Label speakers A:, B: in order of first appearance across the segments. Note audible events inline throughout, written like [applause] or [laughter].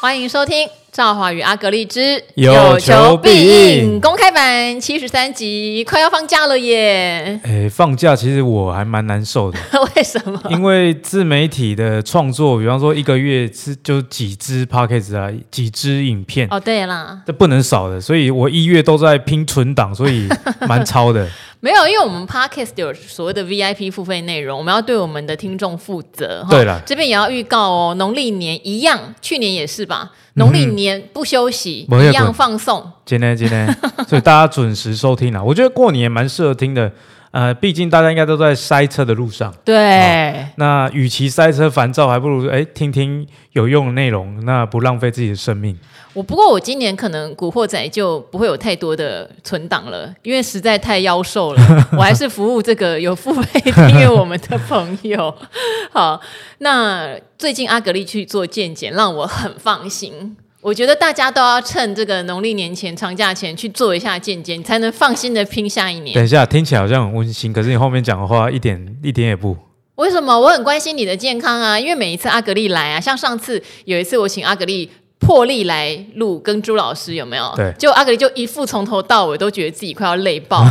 A: 欢迎收听《赵华与阿格丽之
B: 有求必应
A: 公开版七十三集，快要放假了耶！ [laughs]
B: 诶，放假其实我还蛮难受的，
A: 为什么？
B: 因为自媒体的创作，比方说一个月是就几支 p o c k e t 啊，几支影片，
A: 哦，对啦，
B: 这不能少的，所以我一月都在拼存档，所以蛮超的。
A: 没有，因为我们 podcast 有所谓的 VIP 付费内容，我们要对我们的听众负责。哈
B: 对啦
A: 这边也要预告哦，农历年一样，去年也是吧？农
B: 嗯
A: 历年不休息，
B: 没有
A: 一样
B: 滚
A: 放送。
B: 今天今天，所以大家准时收听啦。啊我觉得过年也蛮适合听的，呃，毕竟大家应该都在塞车的路上。哦
A: 对，
B: 那与其塞车烦躁，还不如诶听听有用的内容，那不浪费自己的生命。
A: 我不过我今年可能《古惑仔》就不会有太多的存档了，因为实在太妖兽了。我还是服务这个有付费订阅我们的朋友。 [laughs] 好，那最近阿格力去做健检，让我很放心。我觉得大家都要趁这个农历年前、长假前去做一下健检，你才能放心的拼下一
B: 等
A: 年。
B: 一下，听起来好像很温馨，可是你后面讲的话一点一点也不。
A: 为什么我很关心你的健康啊？因为每一次阿格力来啊，像上次有一次我请阿格力破例来录跟朱老师有没有？
B: 对
A: 就阿格力就一副从头到尾都觉得自己快要累
B: [laughs]
A: 爆，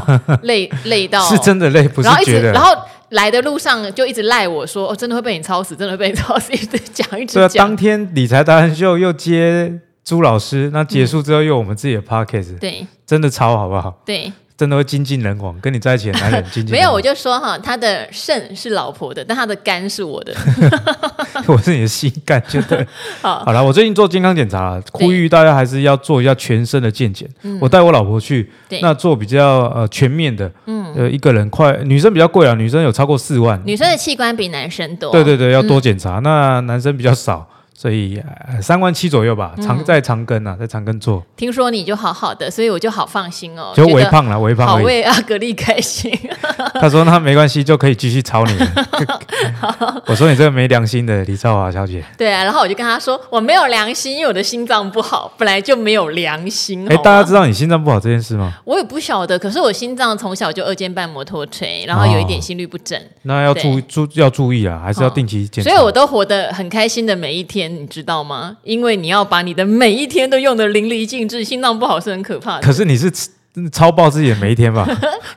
A: 累累到
B: 是真的累，不是
A: 然后一直
B: 觉得。
A: 然后来的路上就一直赖我说，哦，真的会被你操死，真的会被你操死，一直讲一直
B: 对啊，
A: 讲
B: 当。天理财达人秀又接朱老师，那结束之后又有我们自己的 podcast，、
A: 嗯对
B: 真的超好不好？
A: 对，
B: 真的会精尽人亡，跟你在一起的男人精尽
A: 没
B: 人
A: 有
B: 亡。
A: 我就说哈，他的肾是老婆的，但他的肝是我的。
B: [laughs] 我是你的心肝，就对。
A: [laughs] 好，
B: 好了，我最近做健康检查了，呼吁大家还是要做一下全身的健检。我带我老婆去
A: 嗯对，嗯
B: 那做比较呃全面的，呃一个人快，女生比较贵啊，女生有超过四万，
A: 女哦嗯生的器官比男生多。
B: 对对对，要多检查。那男生比较少，所以呃三万七左右
A: 嗯
B: 吧，长在长庚啊，在长庚做，
A: 听说你就好好的，所以我就好放心哦，
B: 就
A: 觉
B: 微
A: 得
B: 胖了，微胖
A: 好
B: 而已。
A: 为阿格力开心。 [laughs]
B: 他说那没关系，就可以继续抄你了。
A: [laughs]
B: 我说你这个没良心的李兆华小姐。
A: 对啊，然后我就跟他说我没有良心，因为我的心脏不好，本来就没有良心。好
B: 哎，
A: 吗
B: 大家知道你心脏不好这件事吗？
A: 我也不晓得，可是我心脏从小就二尖瓣膜脱垂，然后有一点心律不整，
B: 那要注注要注意啊，还是要定期检
A: 哦
B: 查。
A: 所以我都活得很开心的每一天，你知道吗？因为你要把你的每一天都用得淋漓尽致，心脏不好是很可怕的。
B: 可是你是吃超爆自己的每一天
A: [laughs]
B: 吧？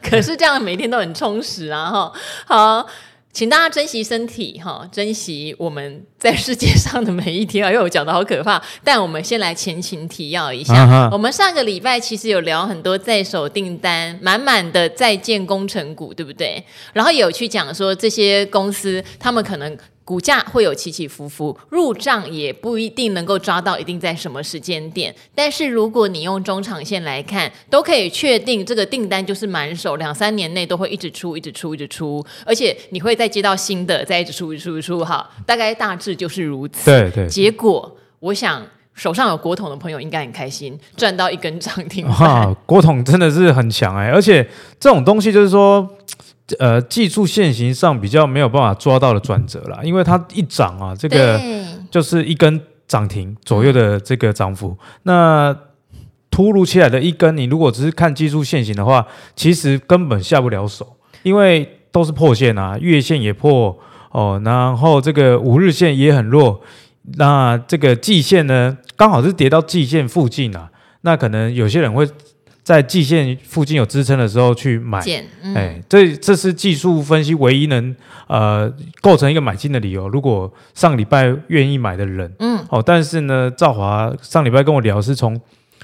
A: 可是这样每天都很充实啊，哈。好，请大家珍惜身体哈，珍惜我们在世界上的每一天啊。因为我讲的好可怕，但我们先来前情提要一下。
B: 啊哈
A: 我们上个礼拜其实有聊很多在手订单，满满的在建工程股，对不对？然后也有去讲说这些公司他们可能。股价会有起起伏伏，入账也不一定能够抓到一定在什么时间点。但是如果你用中长线来看，都可以确定这个订单就是满手，两三年内都会一直出、一直出、一直出，而且你会再接到新的，再一直出、一直出、一直出。哈，大概大致就是如此。
B: 对对，
A: 结果，我想手上有国统的朋友应该很开心，赚到一根涨停板。
B: [laughs] 哇，郭董真的是很强哎、而且这种东西就是说，呃，技术现行上比较没有办法抓到的转折啦，因为它一涨啊，这个
A: 对
B: 就是一根涨停左右的这个涨幅。那突如其来的一根，你如果只是看技术线型的话，其实根本下不了手，因为都是破线啊，月线也破哦，然后这个五日线也很弱，那这个季线呢，刚好是跌到季线附近啊，那可能有些人会在季线附近有支撑的时候去买。
A: 减嗯，
B: 哎，这这是技术分析唯一能呃构成一个买进的理由。如果上礼拜愿意买的人，
A: 嗯，
B: 哦，但是呢，赵华上礼拜跟我聊是从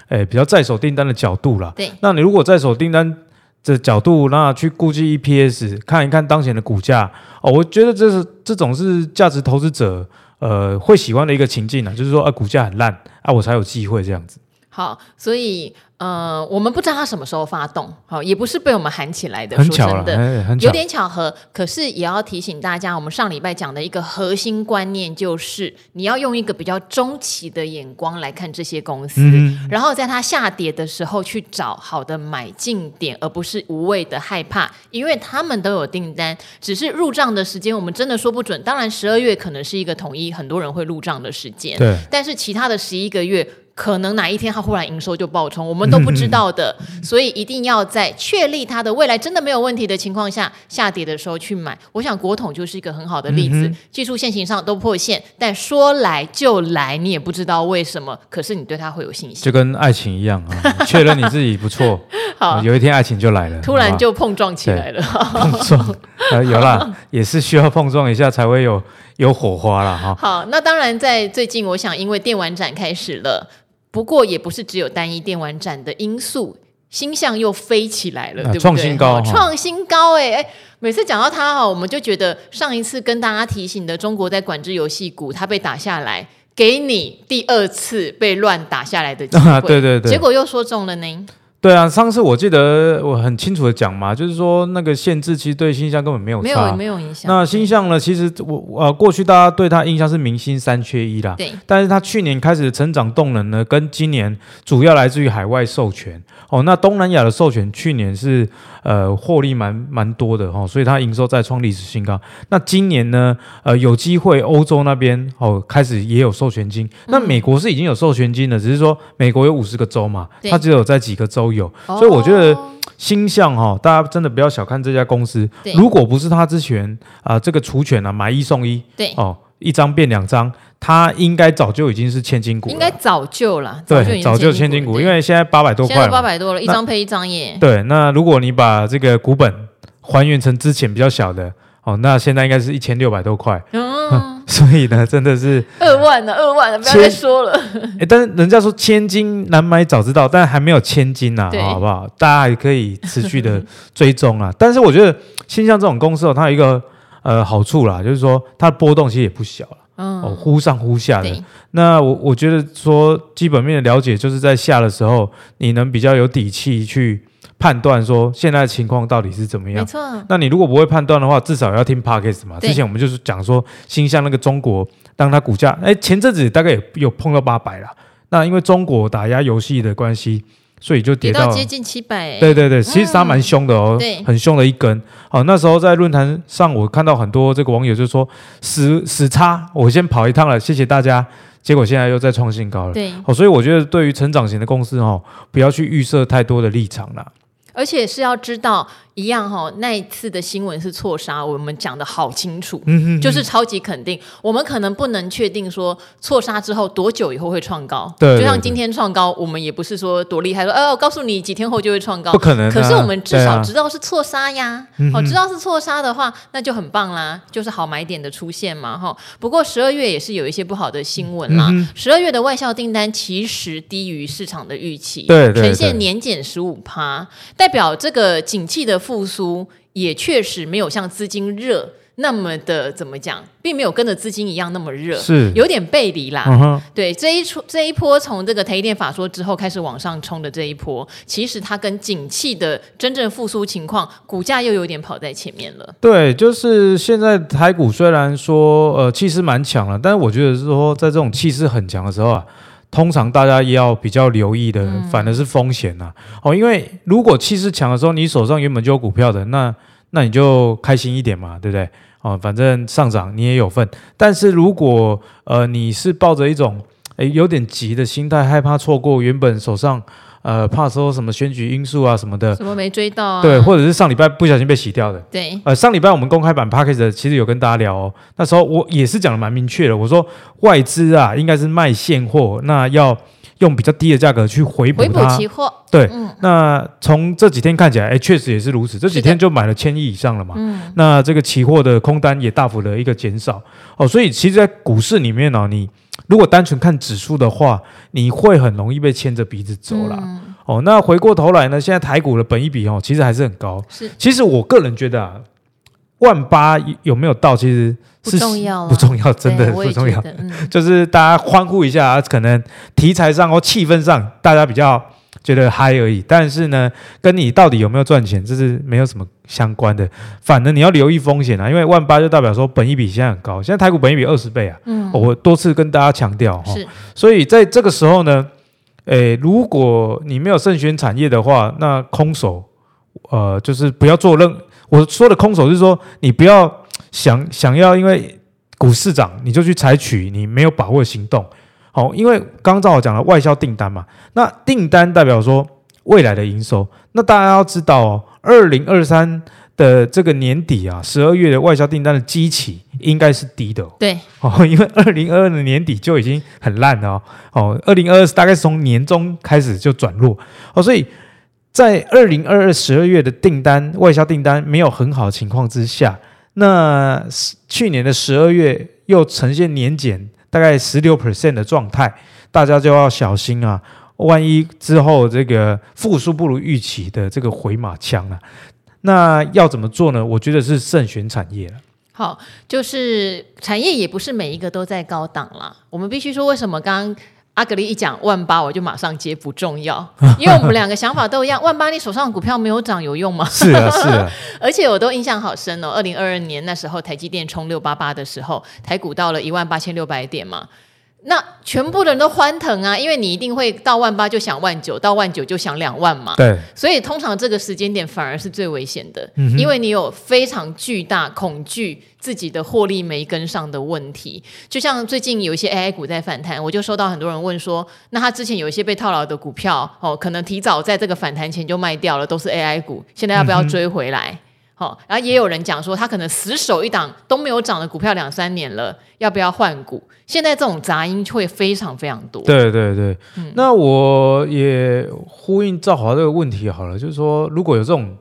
B: 哎比较在手订单的角度啦。
A: 对，
B: 那你如果在手订单的角度，那去估计 EPS，看一看当前的股价，哦，我觉得这是这种是价值投资者呃会喜欢的一个情境啊，就是说啊股价很烂啊，我才有机会这样子。
A: 好，所以呃，我们不知道它什么时候发动，好，也不是被我们喊起来的，
B: 很
A: 说
B: 巧
A: 真
B: 了，
A: 的
B: 哎很巧
A: 有。点巧合，可是也要提醒大家，我们上礼拜讲的一个核心观念就是，你要用一个比较中期的眼光来看这些公司，
B: 嗯
A: 然后在它下跌的时候去找好的买进点，而不是无谓的害怕，因为他们都有订单，只是入账的时间我们真的说不准。当然，十二月可能是一个统一很多人会入账的时间，
B: 对，
A: 但是其他的十一个月可能哪一天它忽然营收就爆冲，我们都不知道的，
B: 嗯
A: 所以一定要在确立它的未来真的没有问题的情况下，下跌的时候去买。我想国统就是一个很好的例子，
B: 嗯
A: 技术线型上都破线，但说来就来，你也不知道为什么，可是你对它会有信心。
B: 就跟爱情一样
A: [laughs]
B: 啊，确认你自己不错，
A: 好
B: 啊，有一天爱情就来了，
A: 突然就碰撞起来了。
B: 好不好碰撞，呃，有
A: [laughs]
B: 啦，也是需要碰撞一下才会有有火花啦。哈。
A: 好，那当然，在最近，我想因为电玩展开始了，不过也不是只有单一电玩展的因素，星象又飞起来了，对不
B: 啊
A: 对？
B: 创新高
A: 哦
B: 哈
A: 创新高、哎哎，每次讲到它哈，我们就觉得上一次跟大家提醒的中国在管制游戏股，它被打下来，给你第二次被乱打下来的机会，
B: 啊 [laughs] 对对对，
A: 结果又说中了呢。
B: 对啊，上次我记得我很清楚的讲嘛，就是说那个限制其实对星象根本没有
A: 没
B: 差。
A: 有没有影响。
B: 那星象呢？其实我呃，过去大家对它印象是明星三缺一啦，
A: 对
B: 但是它去年开始的成长动能呢，跟今年主要来自于海外授权哦。那东南亚的授权去年是呃获利蛮蛮多的哦，所以它营收再创历史新高。那今年呢，呃有机会欧洲那边哦开始也有授权
A: 嗯
B: 金，那美国是已经有授权金了，只是说美国有五十个州嘛，
A: 对
B: 它只有在几个州有，
A: 哦
B: 所以我觉得星象哈、哦大家真的不要小看这家公司
A: 对。
B: 如果不是他之前啊、这个除权啊买一送一
A: 对。
B: 哦，一张变两张，他应该早就已经是千金股了。啊
A: 应该早就了，
B: 对，早就千
A: 千
B: 金股，
A: 了
B: 因为现在八百多
A: 现在
B: 块
A: 八
B: 嘛。
A: 百多了，一
B: 那
A: 张配一张耶。
B: 对，那如果你把这个股本还原成之前比较小的哦，那现在应该是一千六百多块。 [laughs]
A: 嗯，
B: 所以呢，真的
A: [laughs]
B: 是，
A: 二万了，二万了，不要
B: 千
A: 再说了。
B: 哎，但是人家说千金难买早知道，但还没有千金呐、
A: 对
B: 好不好？大家还可以持续
A: [laughs]
B: 的追踪啊。但是我觉得星象这种公司哦，它有一个呃好处啦，就是说它的波动其实也不小了，哦，
A: 嗯，
B: 忽上忽下的
A: 对。，
B: 那我我觉得说基本面的了解，就是在下的时候，你能比较有底气去判断说现在的情况到底是怎么
A: 没
B: 样。
A: 错，
B: 那你如果不会判断的话，至少要听 podcast 嘛。
A: 对
B: 之前我们就是讲说，新向那个中国，当它股价，哎，前阵子大概也有碰到八百啦。那因为中国打压游戏的关系，所以就跌
A: 跌
B: 到
A: 到接近七百，欸
B: 对对对，其实它蛮凶的哦，
A: 嗯对
B: 很凶的一根。好，那时候在论坛上，我看到很多这个网友就说死死叉，我先跑一趟了，谢谢大家。结果现在又再创新高了。
A: 对，
B: 好，所以我觉得对于成长型的公司哦，不要去预设太多的立场啦。
A: 而且是要知道一样哈、哦，那一次的新闻是错杀，我们讲的好清楚，
B: 嗯
A: 就是超级肯定。我们可能不能确定说错杀之后多久以后会创高，
B: 对对
A: 就像
B: 对
A: 今天创高，我们也不是说多厉害，说哦，我告诉你几天后就会创高
B: 不，可能啊、
A: 哦可是我们至
B: 对
A: 少
B: 啊嗯
A: 知道是错杀呀，哦，知道是错杀的话，那就很棒啦，就是好买点的出现嘛，哈。不过十二月也是有一些不好的新闻啦，
B: 嗯
A: 十二、月的外销订单其实低于市场的预期，
B: 对对
A: 全线
B: 对
A: 年减十五趴，代表这个景气的复苏也确实没有像资金热那么的怎么讲，并没有跟着资金一样那么热，
B: 是
A: 有啊点背离啦，
B: 嗯哼，
A: 对这一出这一波从这个台电法说之后开始往上冲的这一波，其实它跟景气的真正复苏情况，股价又有点跑在前面了。
B: 对，就是现在台股虽然说呃气势蛮强了，但是我觉得是说在这种气势很强的时候啊，通常大家也要比较留意的，反而是风险呐、哦，因为如果气势强的时候，你手上原本就有股票的，那那你就开心一点嘛，对不对？哦，反正上涨你也有份。但是如果呃你是抱着一种诶有点急的心态，害怕错过原本手上呃怕说什么选举因素啊什么的，
A: 什么没追到啊？
B: 对，或者是上礼拜不小心被洗掉的。
A: 对
B: 呃，上礼拜我们公开版 p a c k a g e 其实有跟大家聊哦，那时候我也是讲的蛮明确的，我说外资啊应该是卖现货，那要用比较低的价格去回补
A: 回补
B: 它。
A: 期货，
B: 对，
A: 嗯
B: 那从这几天看起来，哎，确实也是如此，这
A: 是
B: 几
A: 的
B: 天就买了千亿以上了嘛。
A: 嗯，
B: 那这个期货的空单也大幅的一个减少哦，所以其实，在股市里面呢、哦你如果单纯看指数的话，你会很容易被牵着鼻子走啦。
A: 嗯
B: 哦，那回过头来呢，现在台股的本益比哦，其实还是很高。
A: 是
B: 其实我个人觉得啊，万八有没有到，其实
A: 不
B: 是
A: 重要啦，
B: 不重要， [laughs] 真的
A: 对我
B: 不
A: 也
B: 重
A: 觉
B: 要。
A: 得，
B: [laughs]
A: 嗯，
B: 就是大家欢呼一下啊，可能题材上或气氛上，大家比较觉得嗨而已。但是呢，跟你到底有没有赚钱，这是没有什么相关的。反正你要留意风险啊，因为万八就代表说本益比现在很高，现在台股本益比二十倍啊。
A: 嗯
B: 哦我多次跟大家强调哈、哦，
A: 是
B: 所以在这个时候呢，诶，如果你没有慎选产业的话，那空手，呃，就是不要做任。我说的空手是说，你不要想想要因为股市涨，你就去采取你没有把握的行动。好、因为刚刚正好讲了外销订单嘛，那订单代表说未来的营收，那大家要知道哦，二零二三的这个年底啊，十二月的外销订单的基期应该是低的哦，
A: 对，
B: 哦， [laughs] 因为二零二二的年底就已经很烂了哦，哦，二零二二大概是从年中开始就转弱哦，所以在二零二二十二月的订单外销订单没有很好的情况之下，那是去年的十二月又呈现年减大概十六 percent 的状态，大家就要小心啊，万一之后这个复苏不如预期的这个回马枪啊，那要怎么做呢？我觉得是慎选产业了，
A: 好，就是产业也不是每一个都在高档啦。我们必须说，为什么刚刚阿格力一讲万八，我就马上接不重要，
B: [laughs]
A: 因为我们两个想法都一样。万八你手上的股票没有涨有用吗？
B: [laughs] 是啊，是啊。
A: 而且我都印象好深哦，二零二二年那时候台积电冲六八八的时候，台股到了一万八千六百点嘛。那全部人都欢腾啊，因为你一定会到万八就想万九，到万九就想两万嘛。
B: 对，
A: 所以通常这个时间点反而是最危险的，
B: 嗯
A: 因为你有非常巨大恐惧自己的获利没跟上的问题。就像最近有一些 AI 股在反弹，我就收到很多人问说，那他之前有一些被套牢的股票，哦，可能提早在这个反弹前就卖掉了，都是 AI 股，现在要不要追回来？
B: 嗯
A: 好，然后也有人讲说，他可能死守一档都没有涨的股票两三年了，要不要换股？现在这种杂音会非常非常多。嗯
B: 对对对，那我也呼应赵华这个问题好了，就是说，如果有这种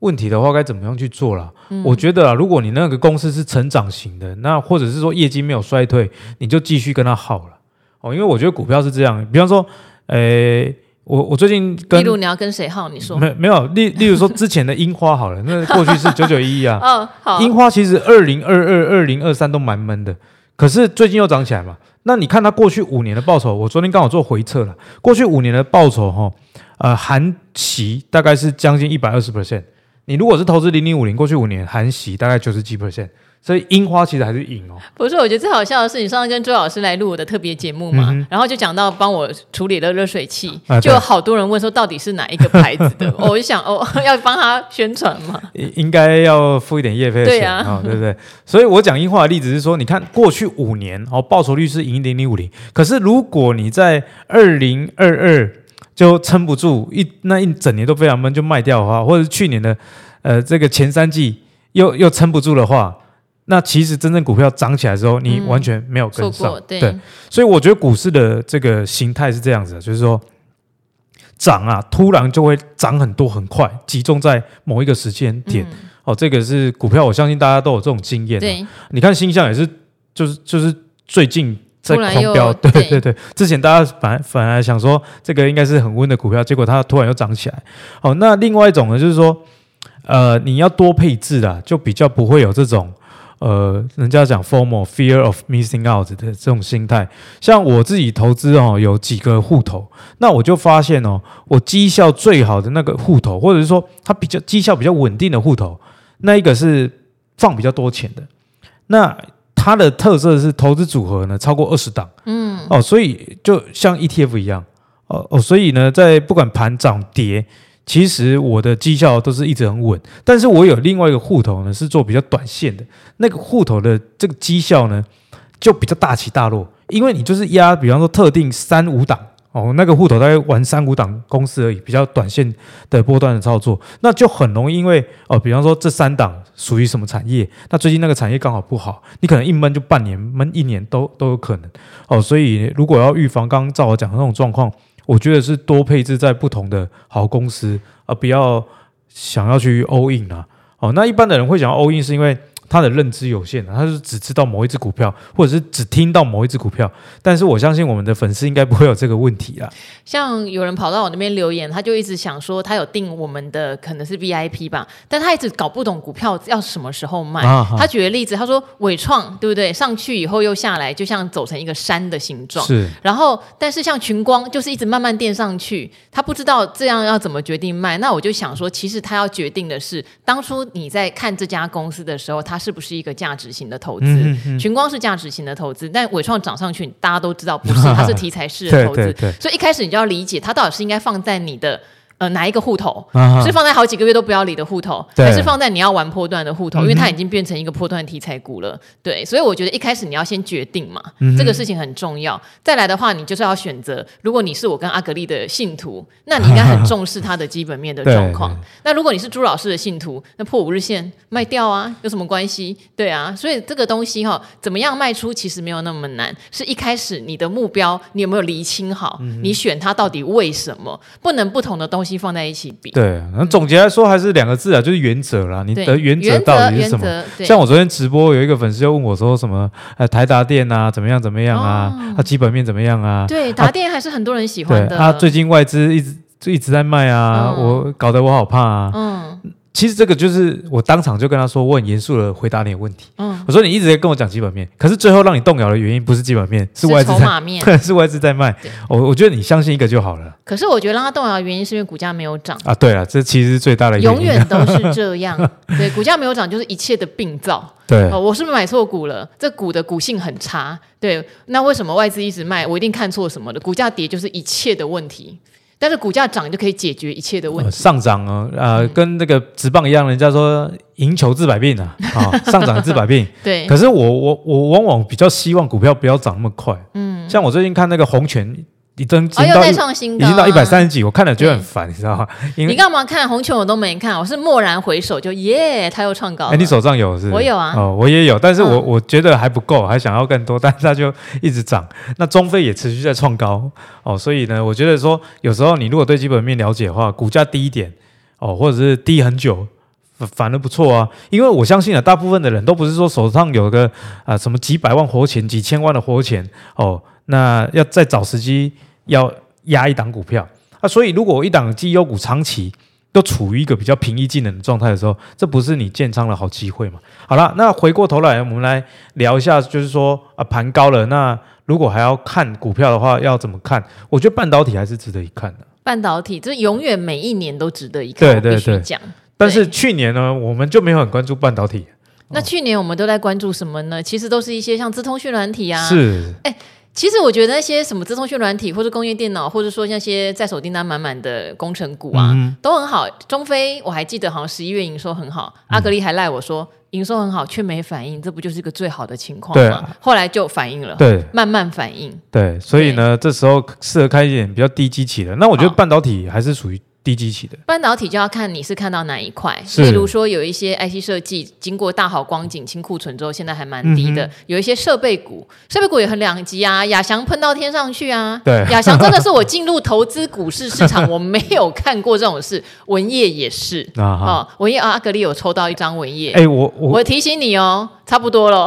B: 问题的话，该怎么样去做啦？
A: 嗯
B: 我觉得啊，如果你那个公司是成长型的，那或者是说业绩没有衰退，你就继续跟他耗了哦，因为我觉得股票是这样，比方说，诶，我我最近
A: 例
B: 跟
A: 如你要跟谁耗？你说，
B: 没没有例例如说之前的樱花好了，那过去是九九一一啊，
A: 嗯，好，
B: 樱花其实二零二二、二零二三都蛮闷的，可是最近又涨起来嘛。那你看它过去五年的报酬，我昨天刚好做回测了，过去五年的报酬哈、呃，含息大概是将近一百二十 percent。你如果是投资零零五零，过去五年含息大概九十几 percent，所以樱花其实还是赢哦。
A: 不是，我觉得最好笑的是，你上次跟周老师来录我的特别节目嘛，然后就讲到帮我处理了热水器，
B: 嗯啊对
A: 就有好多人问说到底是哪一个牌子
B: [laughs]
A: 的，哦我就想 [laughs] 哦，要帮他宣传嘛，
B: 应应该要付一点业费的
A: 对
B: 钱
A: 啊
B: 哦，对不对？所以我讲樱花的例子是说，你看过去五年哦，报酬率是赢零零五零，可是如果你在二零二二就撑不住一那一整年都非常闷就卖掉的话，或者去年的呃这个前三季又又撑不住的话，那其实真正股票涨起来之后，你
A: 嗯
B: 完全没有
A: 说
B: 跟上。
A: 过对嗯
B: 对所以我觉得股市的这个形态是这样子的，啊就是说涨啊，突然就会涨很多很快，集中在某一个时间点。哦，这个是股票，我相信大家都有这种经验、啊
A: 对，
B: 你看星象也是，就是就是最近。在
A: 突然又
B: 狂飙，对
A: 对
B: 对对，之前大家反反而想说这个应该是很温的股票，结果它突然又涨起来。哦，那另外一种呢，就是说，呃，你要多配置啦，就比较不会有这种呃，人家讲 formal fear of missing out 的这种心态。像我自己投资哦，有几个户头，那我就发现哦，我绩效最好的那个户头，或者是说它比较绩效比较稳定的户头，那一个是放比较多钱的，那。它的特色是投资组合呢超过二十档，嗯，哦，所以就像 ETF 一样，哦哦，所以呢，在不管盘涨跌，其实我的绩效都是一直很稳，但是我有另外一个户头呢，是做比较短线的。那个户头的这个绩效呢，就比较大起大落，因为你就是压，比方说特定三五档哦，那个户头大概玩三五档公司而已，比较短线的波段的操作，那就很容易因为哦，比方说这三档属于什么产业，那最近那个产业刚好不好，你可能一闷就半年，闷一年都都有可能哦。所以如果要预防刚刚赵我讲的那种状况，我觉得是多配置在不同的好公司啊、不要想要去 all in 啊。哦，那一般的人会想要 all in 是因为他的认知有限、啊，他是只知道某一只股票，或者是只听到某一只股票。但是我相信我们的粉丝应该不会有这个问题啊。
A: 像有人跑到我那边留言，他就一直想说他有订我们的可能是 VIP 吧，但他一直搞不懂股票要什么时候卖。
B: 啊哈
A: 他举个例子，他说伟创对不对？上去以后又下来，就像走成一个山的形状。
B: 是，
A: 然后，但是像群光就是一直慢慢垫上去，他不知道这样要怎么决定卖。那我就想说，其实他要决定的是，当初你在看这家公司的时候，它是不是一个价值型的投资？
B: 嗯嗯
A: 群光是价值型的投资，但伟创涨上去，
B: [laughs]
A: 大家都知道不是，它是题材式的
B: 对
A: 投资。
B: 对对
A: 所以一开始你就要理解，它到底是应该放在你的呃哪一个户头，
B: 啊
A: 是放在好几个月都不要理的户头，
B: 对
A: 还是放在你要玩波段的户头？因为
B: 嗯哼
A: 它已经变成一个波段题材股了。对，所以我觉得一开始你要先决定嘛，
B: 嗯哼
A: 这个事情很重要。再来的话，你就是要选择。如果你是我跟阿格丽的信徒，那你应该很重视它的基本面的状况
B: [laughs] 对。
A: 那如果你是朱老师的信徒，那破五日线卖掉啊，有什么关系？对啊，所以这个东西哈、怎么样卖出其实没有那么难，是一开始你的目标你有没有厘清好，
B: 嗯
A: 你选它到底为什么？不能不同的东西放在一起比。
B: 对，那总结来说还是两个字啊，就是原则啦。你
A: 嗯对
B: 的原则到底是
A: 原
B: 什
A: 则
B: 么？
A: 原则对
B: 像我昨天直播，有一个粉丝就问我说什么，呃，台达电啊，怎么样怎么样啊，它基本面怎么样啊？
A: 对打电还是很多人哦喜
B: 对
A: 欢的。
B: 啊，最近外资一直就一直在卖啊，
A: 嗯
B: 我搞得我好怕啊。
A: 嗯
B: 其实这个就是我当场就跟他说，我很严肃的回答你的问题。
A: 嗯
B: 我说你一直在跟我讲基本面，可是最后让你动摇的原因不是基本面，是外资
A: 筹码
B: [laughs]
A: 面。
B: 在是外资在卖
A: 对。
B: 我我觉得你相信一个就好了
A: 可是我觉得让它动摇的原因是因为股价没有涨。
B: 啊。对了，这其实是最大的原因啊
A: 永远都是这样，对，股价没有涨就是一切的病灶。
B: 对
A: 哦，我是不是买错股了？这股的股性很差，对。那为什么外资一直卖？我一定看错什么了？股价跌就是一切的问题，但是股价涨就可以解决一切的问
B: 呃
A: 题。
B: 上涨啊，呃，跟那个直棒一样，人家说赢球治百病
A: [laughs]
B: 啊，啊、上涨治百病。
A: 对，哦
B: 可是我我我往往比较希望股票不要涨那么快。嗯，像我最近看那个红权，已经已
A: 哦，
B: 经
A: 又
B: 到
A: 再
B: 一、
A: 创新
B: 已
A: 高，嗯
B: 经到一百。三十几，我看了觉得很烦，你知道吗？因
A: 你
B: 为
A: 干嘛看红球我都没看，我是蓦然回首就耶，它又创高了。
B: 哎，你手上有是不是？
A: 我有啊
B: 哦，我也有，但是我、
A: 嗯
B: 我觉得还不够，还想要更多，但 [laughs] 是它就一直涨。那中飞也持续在创高哦，所以呢，我觉得说有时候你如果对基本面了解的话，股价低一点哦，或者是低很久。反反而不错啊，因为我相信啊，大部分的人都不是说手上有个啊、什么几百万活钱、几千万的活钱哦，那要再找时机要压一档股票啊，所以如果一档绩优股长期都处于一个比较平易近人的状态的时候，这不是你建仓的好机会嘛？好了，那回过头来，我们来聊一下，就是说啊，盘高了，那如果还要看股票的话，要怎么看？我觉得半导体还是值得一看的。
A: 半导体，这永远每一年都值得一看，
B: 对
A: 我
B: 对
A: 必须
B: 对
A: 讲。
B: 但是去年呢，我们就没有很关注半导体，
A: 那去年我们都在关注什么呢？其实都是一些像资通讯软体啊，
B: 是
A: 其实我觉得那些什么自通讯软体，或者工业电脑，或者说那些在手订单满满的工程股啊，
B: 嗯
A: 都很好。中非我还记得好像十一月营收很好，
B: 嗯
A: 阿格力还赖我说营收很好却没反应，这不就是一个最好的情况
B: 对
A: 吗？后来就反应了，
B: 对
A: 慢慢反应。
B: 对，哦所以呢，这时候适合看一点比较低基期的。那我觉得半导体还是属于低基期的，
A: 半导体就要看你是看到哪一块，
B: 是
A: 例如说有一些 IC 设计经过大好光景清库存之后，现在还蛮低
B: 嗯
A: 的；有一些设备股，设备股也很两极啊。亚翔喷到天上去啊，
B: 对
A: 亚翔真的是我进入投资股市市场，我没有看过这种事。
B: [laughs]
A: 文业也是
B: 啊哈
A: 哦，文业啊，阿格力有抽到一张文业，
B: 哎、我我
A: 我提醒你哦，差不多
B: [laughs]
A: 了，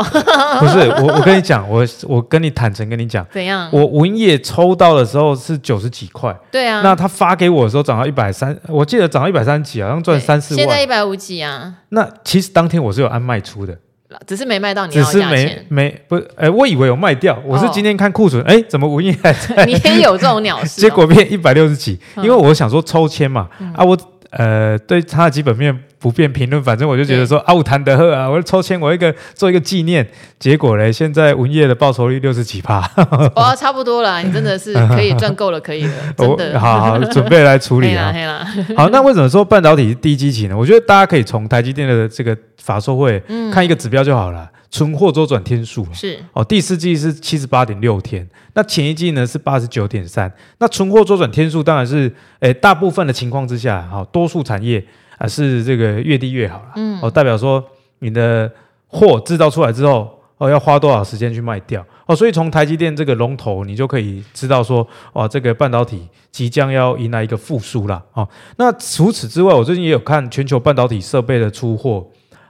B: 不是我，我跟你讲，我我跟你坦诚跟你讲，
A: 怎样？
B: 我文业抽到的时候是九十几块，
A: 对啊，
B: 那他发给我的时候涨到一百三，我记得涨到一百三几，好像赚
A: 对
B: 三四
A: 现在
B: 万。
A: 一百五几啊，
B: 那其实当天我是有按卖出的，
A: 只是没卖哦到你
B: 只
A: 要的
B: 是
A: 价
B: [laughs] 没
A: 钱，
B: 没不，哎，我以为有卖掉，我是今天看库存，哎，怎么文业
A: 哦
B: 还在？
A: 你也有这种鸟事、哦。
B: [laughs] 结果变一百六十几，
A: 嗯
B: 因为我想说抽签嘛，啊，我呃对它的基本面不变评论，反正我就觉得说啊，我谈得赫啊，我抽签，我一个做一个纪念。结果嘞，现在文业的报酬率六十几趴， [laughs]
A: 哇，哦差不多了，你真的是可以赚够了，可以
B: [laughs]
A: 了，真
B: 我
A: 的。哎
B: 好好准备来处
A: 黑
B: 理
A: 啦 [laughs]
B: 啊。
A: 黑啦，
B: 好，那为什么说半导体是低基期呢？我觉得大家可以从台积电的这个法说会
A: 嗯
B: 看一个指标就好了，存货周转天数。
A: 是
B: 哦，第四季是七十八点六天，那前一季呢是八十九点三。那存货周转天数当然是，诶，大部分的情况之下，好、多数产业啊、是这个越低越好啦。嗯，哦，代表说你的货制造出来之后，哦，要花多少时间去卖掉？哦，所以从台积电这个龙头，你就可以知道说，哇，这个半导体即将要迎来一个复苏啦。哦，那除此之外，我最近也有看全球半导体设备的出货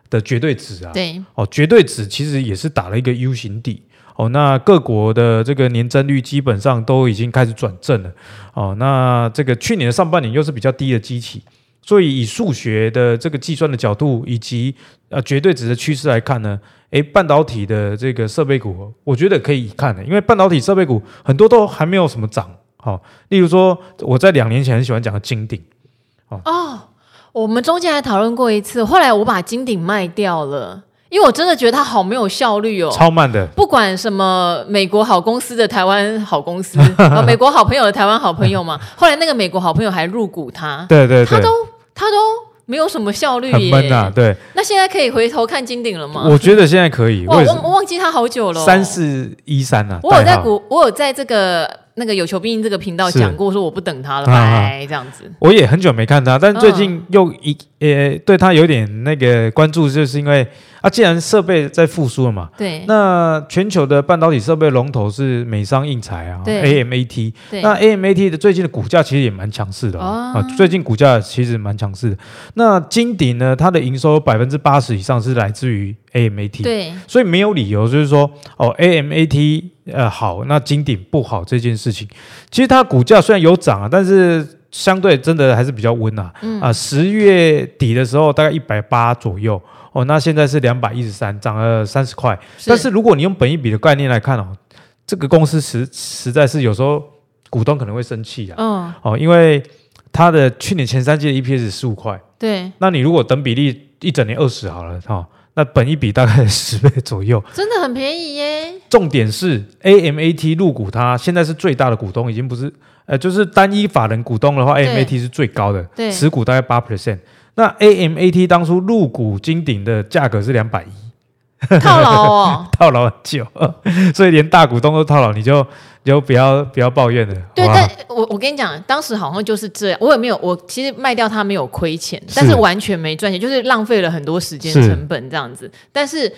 B: 的绝对值啊。
A: 对，
B: 哦，绝对值其实也是打了一个 U 型底。哦，那各国的这个年增率基本上都已经开始转正了。哦，那这个去年的上半年又是比较低的基期，所以以数学的这个计算的角度以及呃绝对值的趋势来看呢，诶，半导体的这个设备股，我觉得可以看的，因为半导体设备股很多都还没有什么涨。好、哦，例如说我在两年前很喜欢讲的金鼎，
A: 我们中间还讨论过一次，后来我把金鼎卖掉了。因为我真的觉得它好没有效率哦。
B: 超慢的，
A: 不管什么美国好公司的台湾好公
B: [laughs]
A: 司，呃美国好朋友的台湾好朋友嘛，后来那个美国好朋友还入股它，
B: 对对
A: 它
B: 对，
A: 都它都没有什么效率
B: 很
A: 耶。
B: 闷啊，对，
A: 那现在可以回头看金鼎了吗？
B: 我觉得现在可以，
A: 哇，
B: 为什
A: 我我
B: 么
A: 忘记它好久了哦、
B: 三四一三啊？
A: 我有
B: 代
A: 在
B: 号
A: 股，我有在这个那个有求必应这个频道
B: 是
A: 讲过，说我不等他了，
B: 啊啊
A: 拜这样子。
B: 我也很久没看他，但最
A: 嗯
B: 近又一呃、对他有点那个关注，就是因为啊，既然设备在复苏了嘛，
A: 对
B: 那全球的半导体设备龙头是美商印材啊
A: 对
B: ，AMAT，
A: 对，
B: 那 AMAT 的最近的股价其实也蛮强势的哦
A: 哦
B: 啊，最近股价其实蛮强势的。那金鼎呢，它的营收百分之八十以上是来自于 AMAT，
A: 对
B: 所以没有理由就是说哦，AMAT 呃好，那金鼎不好这件事情。其实它股价虽然有涨啊，但是相对真的还是比较温啊。啊，十月底的时候大概一百八左右哦，那现在是两百一十三，涨了三十块。但是如果你用本一比的概念来看哦，这个公司实实在是有时候股东可能会生气啊，
A: 嗯，
B: 哦，因为它的去年前三季的 EPS 十五块，
A: 对，
B: 那你如果等比例一整年二十好了哈、哦，那本一比大概十倍左右。
A: 真的很便宜
B: [laughs]
A: 耶。
B: 重点是 AMAT 入股它现在是最大的股东，已经不是呃，就是单一法人股东的话
A: 对
B: ，AMAT 是最高的，
A: 对
B: 持股大概八 percent。那 AMAT 当初入股金鼎的价格是两百一，
A: 套牢哦。
B: [laughs] 套牢很久，所以连大股东都套牢，你就你就不要不要抱怨了。
A: 对，
B: 好不
A: 但
B: 好
A: 我我跟你讲，当时好像就是这样，我也没有，我其实卖掉它没有亏钱，但是
B: 是
A: 完全没赚钱，就是浪费了很多时间
B: 是
A: 成本这样子。但是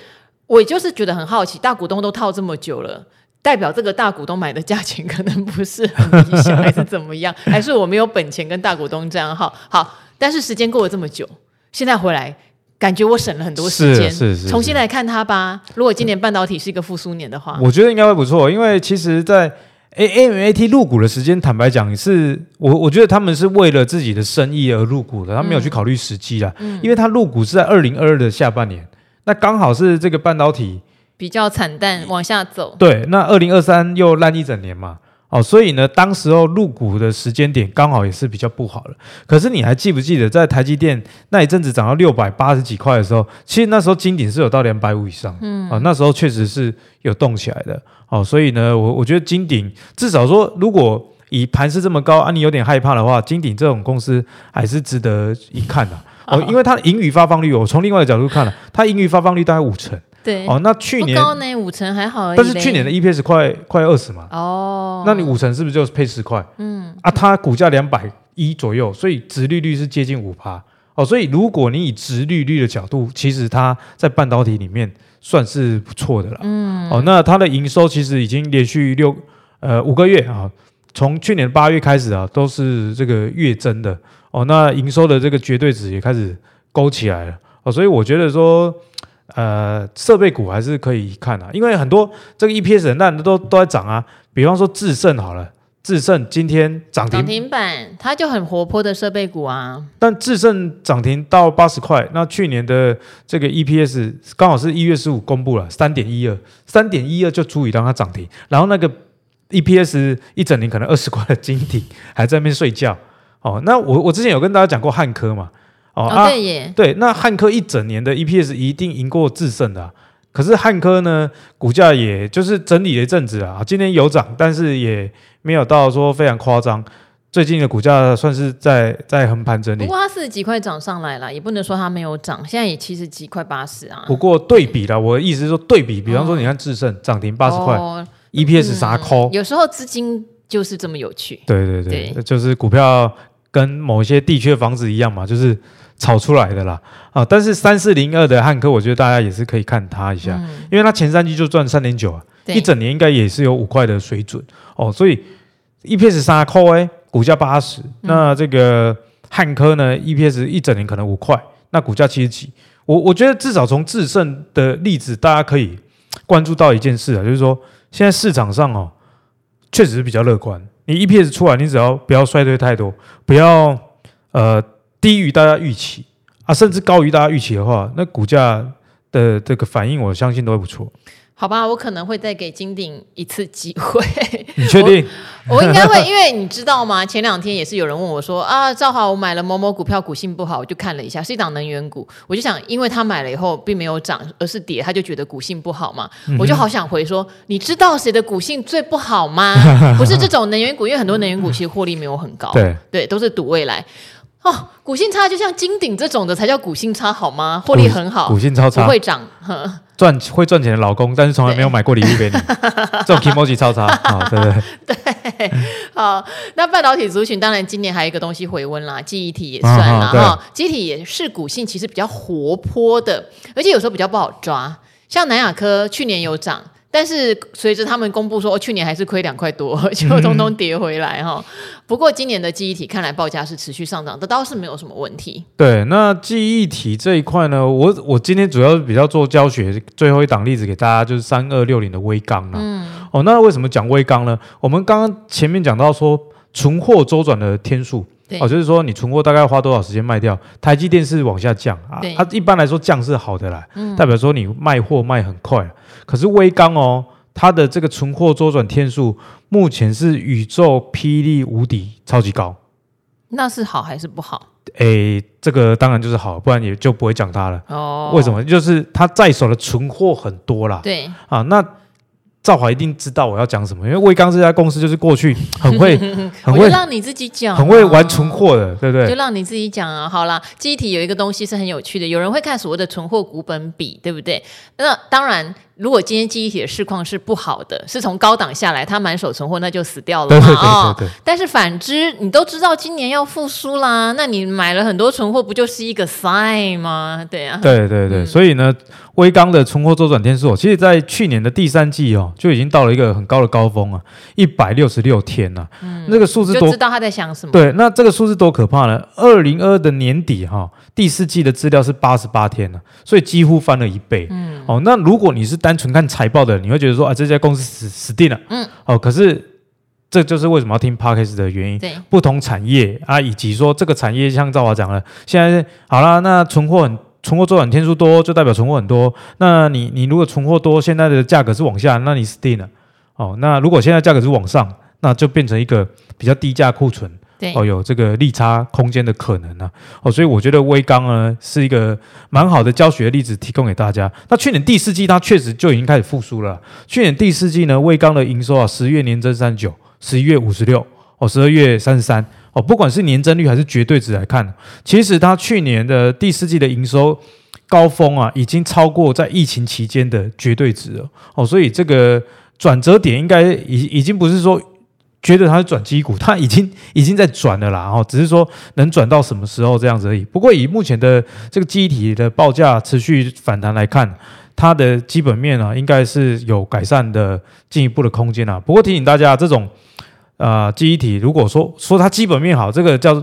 A: 我就是觉得很好奇，大股东都套这么久了。代表这个大股东买的价钱可能不是很理想，还是怎么
B: [laughs]
A: 样？还是我没有本钱跟大股东这样好好？但是时间过了这么久，现在回来，感觉我省了很多时
B: 是
A: 间。
B: 是是
A: 重新来看它吧。如果今年半导体是一个复苏年的话，
B: 我觉得应该会不错，因为其实，在 A M A T 入股的时间，坦白讲是，我我觉得他们是为了自己的生意而入股的，他没有去考虑时机啦。因为他入股是在二零二二的下半年，那刚好是这个半导体
A: 比较惨淡，往下走。
B: 对，那二零二三又烂一整年嘛。哦，所以呢，当时候入股的时间点刚好也是比较不好了。可是你还记不记得，在台积电那一阵子涨到六百八十几块的时候，其实那时候金鼎是有到两百五以上，嗯，啊、那时候确实是有动起来的。哦，所以呢，我我觉得金鼎至少说，如果以盘势这么高啊，你有点害怕的话，金鼎这种公司还是值得一看的、哦，因为它的盈余发放率，我从另外一个角度看了、它盈余发放率大概五成。
A: 对，
B: 哦，那去年
A: 哎不高呢，五成还好而已嘞。
B: 但是去年的 EPS 快快二十嘛，
A: 哦，
B: 那你五成是不是就是配十块？嗯，啊，它股价两百一左右，所以值利率是接近五趴。哦，所以如果你以值利率的角度，其实它在半导体里面算是不错的了。嗯，哦，那它的营收其实已经连续六呃五个月啊，从去年八月开始啊，都是这个月增的。哦，那营收的这个绝对值也开始勾起来了。哦，所以我觉得说，呃，设备股还是可以看啊，因为很多这个 EPS 很烂的都都在涨啊。比方说智胜好了，智胜今天涨
A: 涨
B: 停，
A: 停板它就很活泼的设备股啊，
B: 但智胜涨停到八十块，那去年的这个 EPS 刚好是一月十五公布了三点一二，三点一二就足以让它涨停，然后那个 EPS 一整年可能二十块的金体还在那边睡觉。哦，那我我之前有跟大家讲过汉科嘛，哦
A: 哦
B: 啊，
A: 对耶，
B: 对，那汉科一整年的 EPS 一定赢过智胜的啊、可是汉科呢，股价也就是整理了一阵子啊，今天有涨，但是也没有到说非常夸张。最近的股价算是在在横盘整
A: 不
B: 理，
A: 过它四十几块涨上来了，也不能说它没有涨，现在也七十几块八十啊，
B: 不过对比了，我的意思是说对比，比方说你看智胜涨停八十块
A: 哦嗯
B: ，EPS 啥抠，
A: 有时候资金就是这么有趣，
B: 对对对，就是股票跟某些地区的房子一样嘛，就是炒出来的啦啊。但是三四零二的汉科，我觉得大家也是可以看它一下，
A: 嗯，
B: 因为它前三季就赚三点九啊，
A: 对
B: 一整年应该也是有五块的水准哦，所以 EPS 三块哎，股价八十、那这个汉科呢 EPS 一整年可能五块，那股价七十几，我我觉得至少从智胜的例子，大家可以关注到一件事啊，就是说现在市场上哦，确实是比较乐观，你 EPS 出来，你只要不要衰退太多，不要呃低于大家预期啊，甚至高于大家预期的话，那股价。的这个反应，我相信都会不错。
A: 好吧，我可能会再给金鼎一次机会。
B: 你确定？
A: [laughs] 我应该会，因为你知道吗？前两天也是有人问我说啊，赵华，我买了某某股票，股性不好，我就看了一下，是一档能源股，我就想，因为他买了以后并没有涨，而是跌，他就觉得股性不好嘛。
B: 嗯
A: 我就好想回说，你知道谁的股性最不好
B: [laughs]
A: 吗？不是这种能源股，因为很多能源股其实获利没有很高，
B: 对
A: 都是赌未来。哦，股性差就像金鼎这种的才叫股性差好吗？获利很好，
B: 股性超
A: 不
B: 差，
A: 会涨。呵
B: 赚会赚钱的老公，但是从来没有买过礼物给你，这种 emoji 超差啊，对不对？
A: 好，那半导体族群当然今年还有一个东西回温啦，记忆体也算啦
B: 嗯嗯对
A: 哈，记忆体也是股性其实比较活泼的，而且有时候比较不好抓。像南亚科去年有涨，但是随着他们公布说、哦、去年还是亏两块多， [laughs] 就通通跌回来哈、不过今年的记忆体看来报价是持续上涨，这倒是没有什么问题。
B: 对，那记忆体这一块呢，我我今天主要比较做教学，最后一档例子给大家就是三二六零的微钢啦。
A: 嗯
B: 哦，那为什么讲微钢呢？我们刚刚前面讲到说存货周转的天数。
A: 对
B: 哦，就是说你存货大概花多少时间卖掉？台积电是往下降啊
A: 对，嗯
B: 它、一般来说降是好的啦，代表说你卖货卖很快。啊可是微钢哦，它的这个存货周转天数目前是宇宙霹雳无敌，超级高。
A: 那是好还是不好？
B: 诶，这个当然就是好，不然也就不会讲它了。
A: 哦，
B: 为什？么？就是他在手的存货很多啦。
A: 对，
B: 啊，那赵华一定知道我要讲什么，因为威刚这家公司就是过去很
A: [laughs]
B: 会、很
A: 我就
B: 会、
A: 让你自己讲、
B: 很会玩存。货的，对不
A: 就
B: 对？
A: 让你自己讲啊。好啦，记忆体有一个东西是很有趣的，有人会看所谓的存货股本比，对不对？那当然，如果今天记忆体的市况是不好的，是从高档下来，它满手存货那就死掉了
B: 对
A: 嘛
B: 对
A: 哦
B: 对对对
A: 但是反之，你都知道今年要复苏啦，那你买了很多存货，不就是一个 sign 吗？对啊，
B: 对对对，所以呢，威刚的存货周转天数哦，其实在去年的第三季哦，就已经到了一个很高的高峰啊，一百六十六天呐、那个数
A: 嗯
B: 字
A: 就
B: 多
A: 知道他在想什么。
B: 对，那这个数字多可怕呢？二零二的年底哈、第四季的资料是八十八天呢、所以几乎翻了一倍。嗯，哦，那如果你是单纯看财报的，你会觉得说啊，这家公司死死定了。
A: 嗯，
B: 哦，可是这就是为什么要听 podcast 的原因。
A: 对
B: 不同产业啊，以及说这个产业，像赵华讲了，现在好啦，那存货很。存货周转天数多，就代表存货很多。那你你如果存货多，现在的价格是往下，那你死定了。哦，那如果现在价格是往上，那就变成一个比较低价库存。
A: 对
B: 哦，有这个利差空间的可能啊。哦，所以我觉得微刚呢是一个蛮好的教学例子，提供给大家。那去年第四季它确实就已经开始复苏了。去年第四季呢，微刚的营收啊，十月年增三九，十一月五十六，哦，十二月三十三。哦，不管是年增率还是绝对值来看，其实它去年的第四季的营收高峰啊，已经超过在疫情期间的绝对值了。哦，所以这个转折点应该已已经不是说觉得它是转机股，它已经 [laughs] 已经在转了啦，哦，只是说能转到什么时候这样子而已。不过以目前的这个机体的报价持续反弹来看，它的基本面啊，应该是有改善的进一步的空间啊。不过提醒大家，这种呃记忆体，如果说说它基本面好，这个叫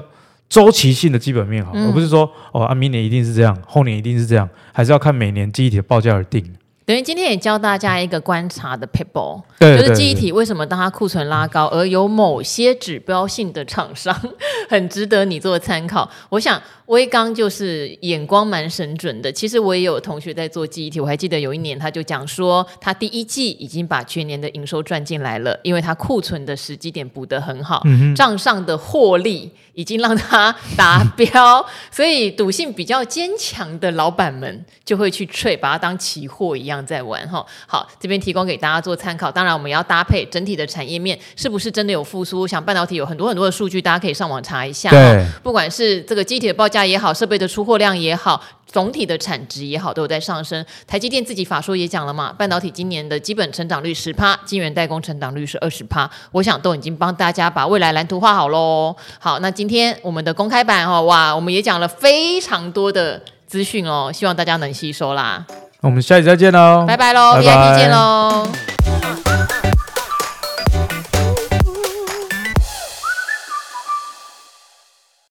B: 周期性的基本面好，
A: 嗯
B: 而不是说哦啊明年一定是这样，后年一定是这样，还是要看每年记忆体的报价而定。
A: 等于今天也教大家一个观察的 people。
B: 对，
A: 就是
B: 对
A: 记忆
B: 对
A: 体为什么当它库存拉高，而有某些指标性的厂商 [laughs] 很值得你做参考。我想威刚就是眼光蛮神准的。其实我也有同学在做记忆体，我还记得有一年他就讲说，他第一季已经把全年的营收赚进来了，因为他库存的时机点补得很好，账上的获利已经让他达标，所以赌性比较坚强的老板们就会去 trade，把它当期货一样在玩哈。好，这边提供给大家做参考。当然，我们要搭配整体的产业面是不是真的有复苏。想半导体有很多很多的数据，大家可以上网查一下。
B: 对
A: 哈不管是这个机体的报价也好，设备的出货量也好。总体的产值也好，都有在上升。台积电自己法说也讲了嘛，半导体今年的基本成长率十趴，晶圆代工成长率是二十趴。我想都已经帮大家把未来蓝图画好喽。好，那今天我们的公开版哦，哇，我们也讲了非常多的资讯哦，希望大家能吸收啦。
B: 我们下期再见喽，
A: 拜拜喽
B: 拜拜
A: ，VIP 见喽。